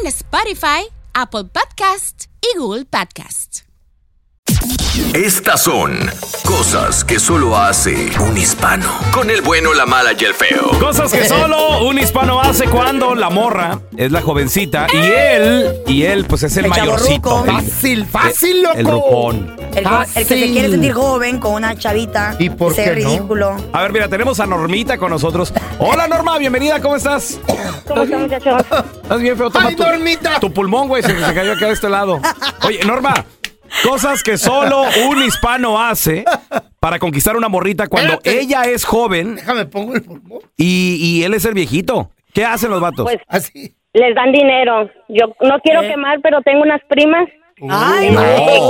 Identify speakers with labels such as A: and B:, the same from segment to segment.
A: en Spotify, Apple Podcast y Google Podcast.
B: Estas son cosas que solo hace un hispano. Con el bueno, la mala y el feo.
C: Cosas que solo un hispano hace cuando la morra es la jovencita y él, y él pues es el,
D: El chavo
C: mayorcito.
D: ruco.
E: Fácil, fácil,
C: el-
E: loco.
C: El rucón.
D: El, el que se
E: Fácil.
D: quiere sentir joven con una chavita.
E: ¿Y por
D: ser
E: qué no?
D: ridículo.
C: A ver, mira, tenemos a Normita con nosotros. Hola Norma, bienvenida, ¿cómo estás?
F: ¿Cómo están, muchachos?
C: ¿Estás bien, feo? Toma
E: ¡Ay,
C: tu,
E: dormita!
C: tu pulmón, güey, se, se cayó acá de este lado. Oye, Norma, cosas que solo un hispano hace para conquistar una morrita cuando
E: Espérate.
C: ella es joven
E: Déjame pongo el pulmón.
C: y, y él es el viejito. ¿Qué hacen los vatos?
F: Pues
E: Así.
F: les dan dinero. Yo no quiero
D: ¿Eh?
F: quemar, pero tengo unas primas
D: Ay,
F: eh,
C: no.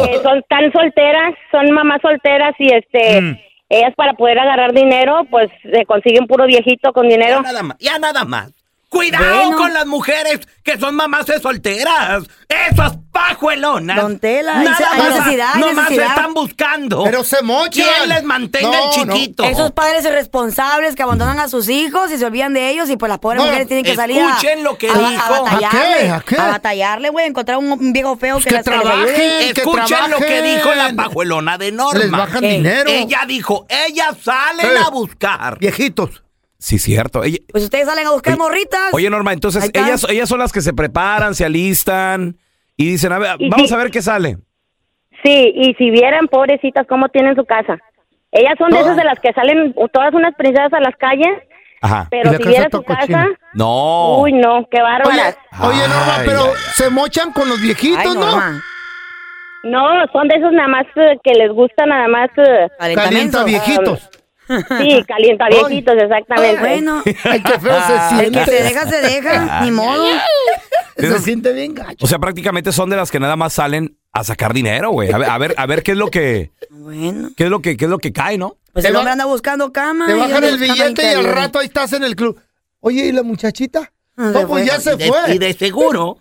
F: que son tan solteras, son mamás solteras y este ellas para poder agarrar dinero, pues se consiguen puro viejito con dinero.
E: nada más. Ya nada más. Cuidado
D: Bueno.
E: con las mujeres que son mamás de solteras. Esas pajuelonas.
D: Don Tela, hay se- hay
E: más.
D: necesidad, hay
E: Nomás
D: necesidad.
E: están buscando.
G: Pero se mochan.
E: ¿Quién les mantenga
G: No,
E: el chiquito?
D: Esos padres irresponsables que abandonan a sus hijos y se olvidan de ellos y pues las pobres
G: No,
D: mujeres tienen que salir a,
E: escuchen lo que
D: a-
E: dijo.
D: a batallarle,
G: ¿A qué? ¿A qué?
D: a batallarle, güey, encontrar un, un viejo feo que,
G: que
D: las- que
G: trabaje.
D: les ayude.
G: que
E: Escuchen lo que
G: trabajen.
E: dijo la pajuelona de Norma.
G: Les bajan
D: Ey,
G: dinero.
E: Ella dijo, ellas salen
G: Eh.
E: a buscar.
G: Viejitos.
C: Sí, cierto. Ella-
D: Pues ustedes salen a buscar morritas.
C: Oye, Norma, entonces
D: Ahí está.
C: ellas, ellas son las que se preparan, se alistan y dicen, a ver,
F: Y
C: vamos
F: sí.
C: a ver qué sale.
F: Sí, y si vieran, pobrecitas, cómo tienen su casa. Ellas son de esas de las que salen todas unas princesas a las calles,
C: Ajá.
F: pero
G: Y la
F: si
G: casa
F: vieran su
G: toda
F: casa,
G: cochina.
C: No.
F: uy, no, qué bárbaras.
G: Oye, oye, Norma,
C: Ay,
G: pero
C: ay,
G: se mochan con los viejitos,
D: Ay,
G: ¿no?
D: Norma,
F: No, son de esos nada más eh, que les gusta nada más eh,
G: Calienta
D: calentamiento.
G: viejitos.
F: Sí, calienta viejitos, exactamente.
D: Bueno,
G: Ay, qué feo se
D: el que
G: siente.
D: se deja, se deja, ni modo.
G: Se siente bien gacho.
C: O sea, prácticamente son de las que nada más salen a sacar dinero, güey. A ver, a ver, a ver qué es lo que,
D: Bueno,
C: qué es lo que, qué es lo que cae, ¿no?
D: pues
G: Te
D: el
G: ba-
D: hombre anda buscando cama.
G: Te
D: y
G: bajan
D: anda
G: el
D: buscando
G: billete y al
D: interior.
G: rato ahí estás en el club. Oye, ¿y la muchachita?
D: Ah,
G: No,
D: se
G: pues
D: fue.
G: ya se
E: Y de- Y
G: fue.
E: de
C: este-
E: seguro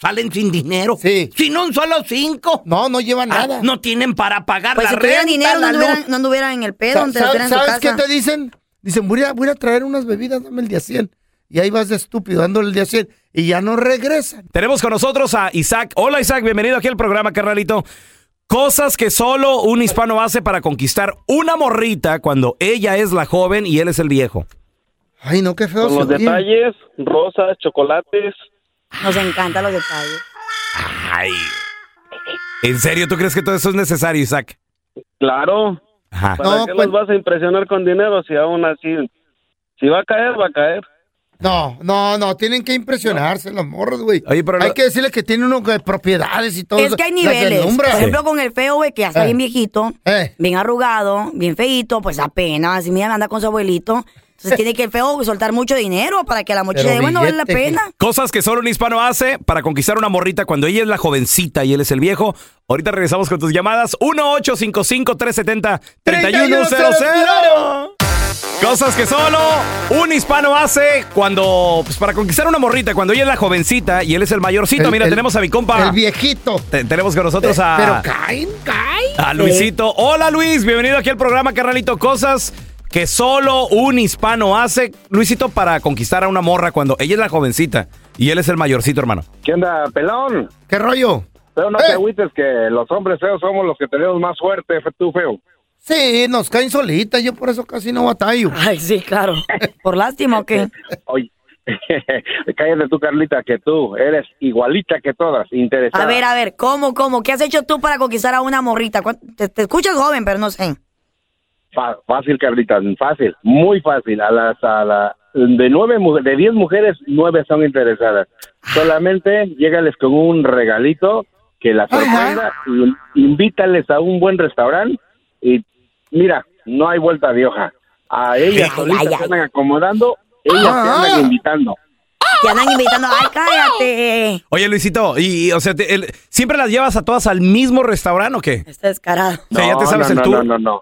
E: salen sin dinero.
G: Sí.
E: Sin un solo cinco.
G: No, no lleva
E: Ah,
G: nada.
E: No tienen para pagar
D: Pues
E: la
D: si
E: renta,
D: tuvieran dinero, no
E: la
D: anduvieran,
E: luz.
D: no anduvieran en el pedo,
G: Sa-
D: donde estuvieran en
G: ¿Sabes,
D: su
G: sabes qué
D: casa.
G: te dicen? Dicen, voy a, voy a traer unas bebidas, dame el día 100. Y ahí vas de estúpido, dándole el día 100. Y ya no regresan.
C: Tenemos con nosotros a Isaac. Hola, Isaac, bienvenido aquí al programa, carnalito. Cosas que solo un hispano hace para conquistar una morrita cuando ella es la joven y él es el viejo.
G: Ay, no, qué feo
H: Con
G: se
H: los
G: oye.
H: detalles, rosas, chocolates.
D: Nos encantan los detalles.
C: Ay. ¿En serio tú crees que todo eso es necesario, Isaac?
H: Claro,
C: Ajá.
H: ¿para
G: No,
H: qué
G: pues-
H: los vas a impresionar con dinero si aún así? Si va a caer, va a caer.
G: No, no, no, tienen que impresionarse los morros, güey.
C: Oye, pero
G: Hay
C: no-
G: que decirles que tienen unos eh, propiedades y todo
D: Es
G: eso.
D: que hay
G: Las
D: niveles. Por
G: deslumbra.
D: ejemplo, con el feo, güey, que ya está
G: Eh.
D: bien viejito,
G: Eh.
D: bien arrugado, bien feito, pues apenas. Y mira, anda con su abuelito. Entonces tiene que el feo soltar mucho dinero para que la mochila
G: Pero
D: de bueno vale la
G: billete,
D: pena.
C: Cosas que solo un hispano hace para conquistar una morrita cuando ella es la jovencita y él es el viejo. Ahorita regresamos con tus llamadas. 1-855-370-3100. Cosas que solo un hispano hace cuando. Pues para conquistar una morrita, cuando ella es la jovencita y él es el mayorcito.
G: El-
C: Mira,
G: el-
C: tenemos a mi compa.
G: El viejito.
C: Te- tenemos con nosotros
G: Pero
C: a,
G: caen, caen.
C: a Luisito. Hola Luis, bienvenido aquí al programa, carnalito. Cosas que solo un hispano hace, Luisito, para conquistar a una morra cuando ella es la jovencita y él es el mayorcito, hermano.
H: ¿Qué onda, pelón?
G: ¿Qué rollo?
H: Pero no
G: Eh.
H: te agüites que los hombres feos somos los que tenemos más suerte, fe- tú feo.
G: Sí, nos caen solitas. Yo por eso casi no batallo.
D: Ay, sí, claro. Por lástima, ¿o qué?
H: Oye, Cállate tú, Carlita, que tú eres igualita que todas, interesada.
D: A ver, a ver, ¿cómo, cómo? ¿Qué has hecho tú para conquistar a una morrita? ¿Cuán- Te, te escuchas joven, pero no sé.
H: Fa- fácil, Carlita, fácil, muy fácil. A las, a la, de nueve, mu- de diez mujeres, nueve son interesadas. Solamente llegales con un regalito que la sorprenda, y invítales a un buen restaurante y mira, no hay vuelta de hoja. A ellas
D: Ay,
H: solitas
D: ay,
H: se
D: ay.
H: andan acomodando, ellas te
C: Ah.
H: andan invitando.
D: Te andan invitando. ¡Ay, cállate!
C: Oye, Luisito, y, y, o sea, te- el- ¿siempre las llevas a todas al mismo restaurante o qué?
D: Está descarado.
C: O sea, ya te sabes
H: no,
C: el
H: no,
C: tour.
H: No, no, no.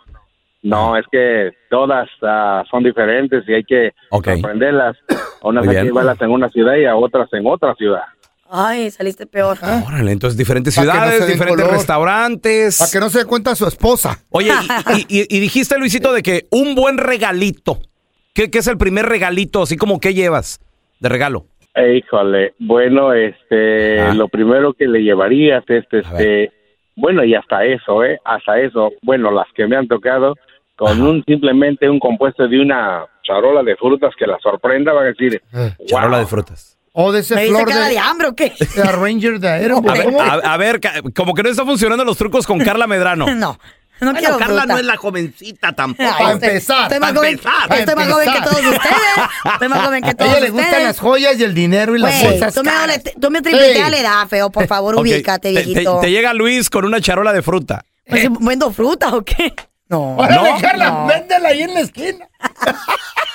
H: No, es que todas ah, son diferentes y hay que
C: Ok.
H: sorprenderlas. A unas
C: Muy
H: hay que
C: bien.
H: llevarlas en una ciudad y a otras en otra ciudad.
D: Ay, saliste peor.
C: Órale, entonces diferentes
G: Pa' que no
C: ciudades,
G: se den
C: diferentes
G: color.
C: restaurantes.
G: Para que no se dé cuenta su esposa.
C: Oye, y, y- y- y dijiste, Luisito, de que un buen regalito. ¿Qué, qué es el primer regalito? Así como, ¿qué llevas de regalo?
H: Eh, híjole, bueno, este,
C: Ah.
H: lo primero que le llevarías es,
C: ver.
H: este, bueno, y hasta eso, ¿eh? Hasta eso, bueno, las que me han tocado, con un simplemente un compuesto de una charola de frutas que la sorprenda, va a decir,
C: Charola
H: "Wow".
C: de frutas.
G: O de ese
D: Ah. ¿Me viste
G: flor
D: cara de...
G: de,
D: hambre o qué?
G: de Ranger de Aero.
C: A ver,
G: ¿Cómo?
C: a, a ver, ca- como que no están funcionando los trucos con Carla Medrano.
D: No, no
E: Bueno,
D: quiero
E: Carla
D: fruta.
E: no es la jovencita tampoco.
D: Ay,
G: Pa'
D: estoy-
G: empezar,
D: Estoy
E: pa'
D: más, joven,
E: empezar,
G: pa'
D: estoy más joven que
G: empezar.
D: todos ustedes. Estoy más joven Pues que
G: Ah, A
D: todos
G: ella le
D: ustedes.
G: gustan las joyas y el dinero y las
D: Güey,
G: cosas
D: tú me,
G: caras.
D: dole- tú me tripliqueas
G: Sí.
D: la edad, feo. Por favor,
C: Ok,
D: ubícate,
C: te- te-
D: viejito.
C: te llega Luis con una charola de fruta.
D: Pues, ¿Vendo frutas o qué? No.
G: eh. Órale,
C: No,
G: Carla,
D: no.
G: véndela ahí en la esquina.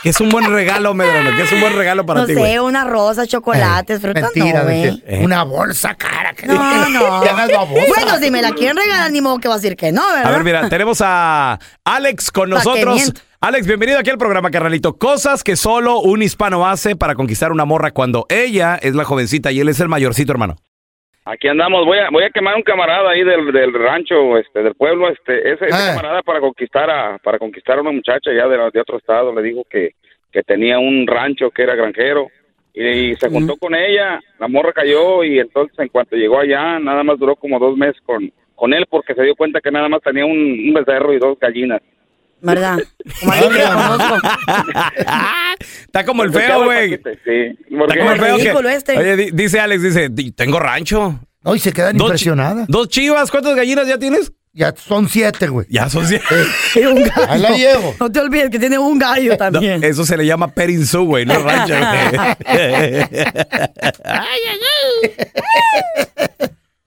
C: Que es un buen regalo, Medrano. Que es un buen regalo para
D: no
C: ti,
D: sé,
C: güey.
D: unas rosas, chocolates, frutas
G: Eh, mentira,
D: Ah, no, güey.
G: mentira. Una bolsa cara. que-
D: No, no.
G: Te hagas babosa.
D: Bueno, si me la quieren regalar, ni modo que va a decir que no, ¿verdad?
C: A ver, mira, tenemos a Alex con
D: Pa' que
C: nosotros.
D: mienta.
C: Alex, bienvenido aquí al programa, carnalito. Cosas que solo un hispano hace para conquistar una morra cuando ella es la jovencita y él es el mayorcito, hermano.
H: Aquí andamos, voy a, voy a quemar un camarada ahí del, del rancho, este, del pueblo, este, ese, ese
G: Ah.
H: camarada para conquistar a, para conquistar a una muchacha ya de, la- de otro estado, le dijo que, que tenía un rancho que era granjero, y, se juntó con ella, la morra cayó, y entonces en cuanto llegó allá, nada más duró como dos meses con, con él, porque se dio cuenta que nada más tenía un, un becerro y dos gallinas.
D: ¿Verdad? Como alguien que conozco.
C: Está como el
H: Se
C: feo,
H: quedaba
C: güey.
H: paquete, Sí,
C: Está
H: porque-
C: como el feo
D: Ridículo
C: que-
D: este.
C: Oye, di- dice Alex, dice, "Di- tengo rancho.
G: No, y se quedan
C: Dos chi-
G: impresionadas.
C: Dos chivas, ¿cuántas gallinas ya tienes?
G: Ya son siete, güey.
C: Ya son cien.
D: Tiene un gallo.
G: Ahí la llevo.
D: No te olvides que tiene un gallo
C: No,
D: también.
C: eso se le llama perinzú, güey, no rancho. güey.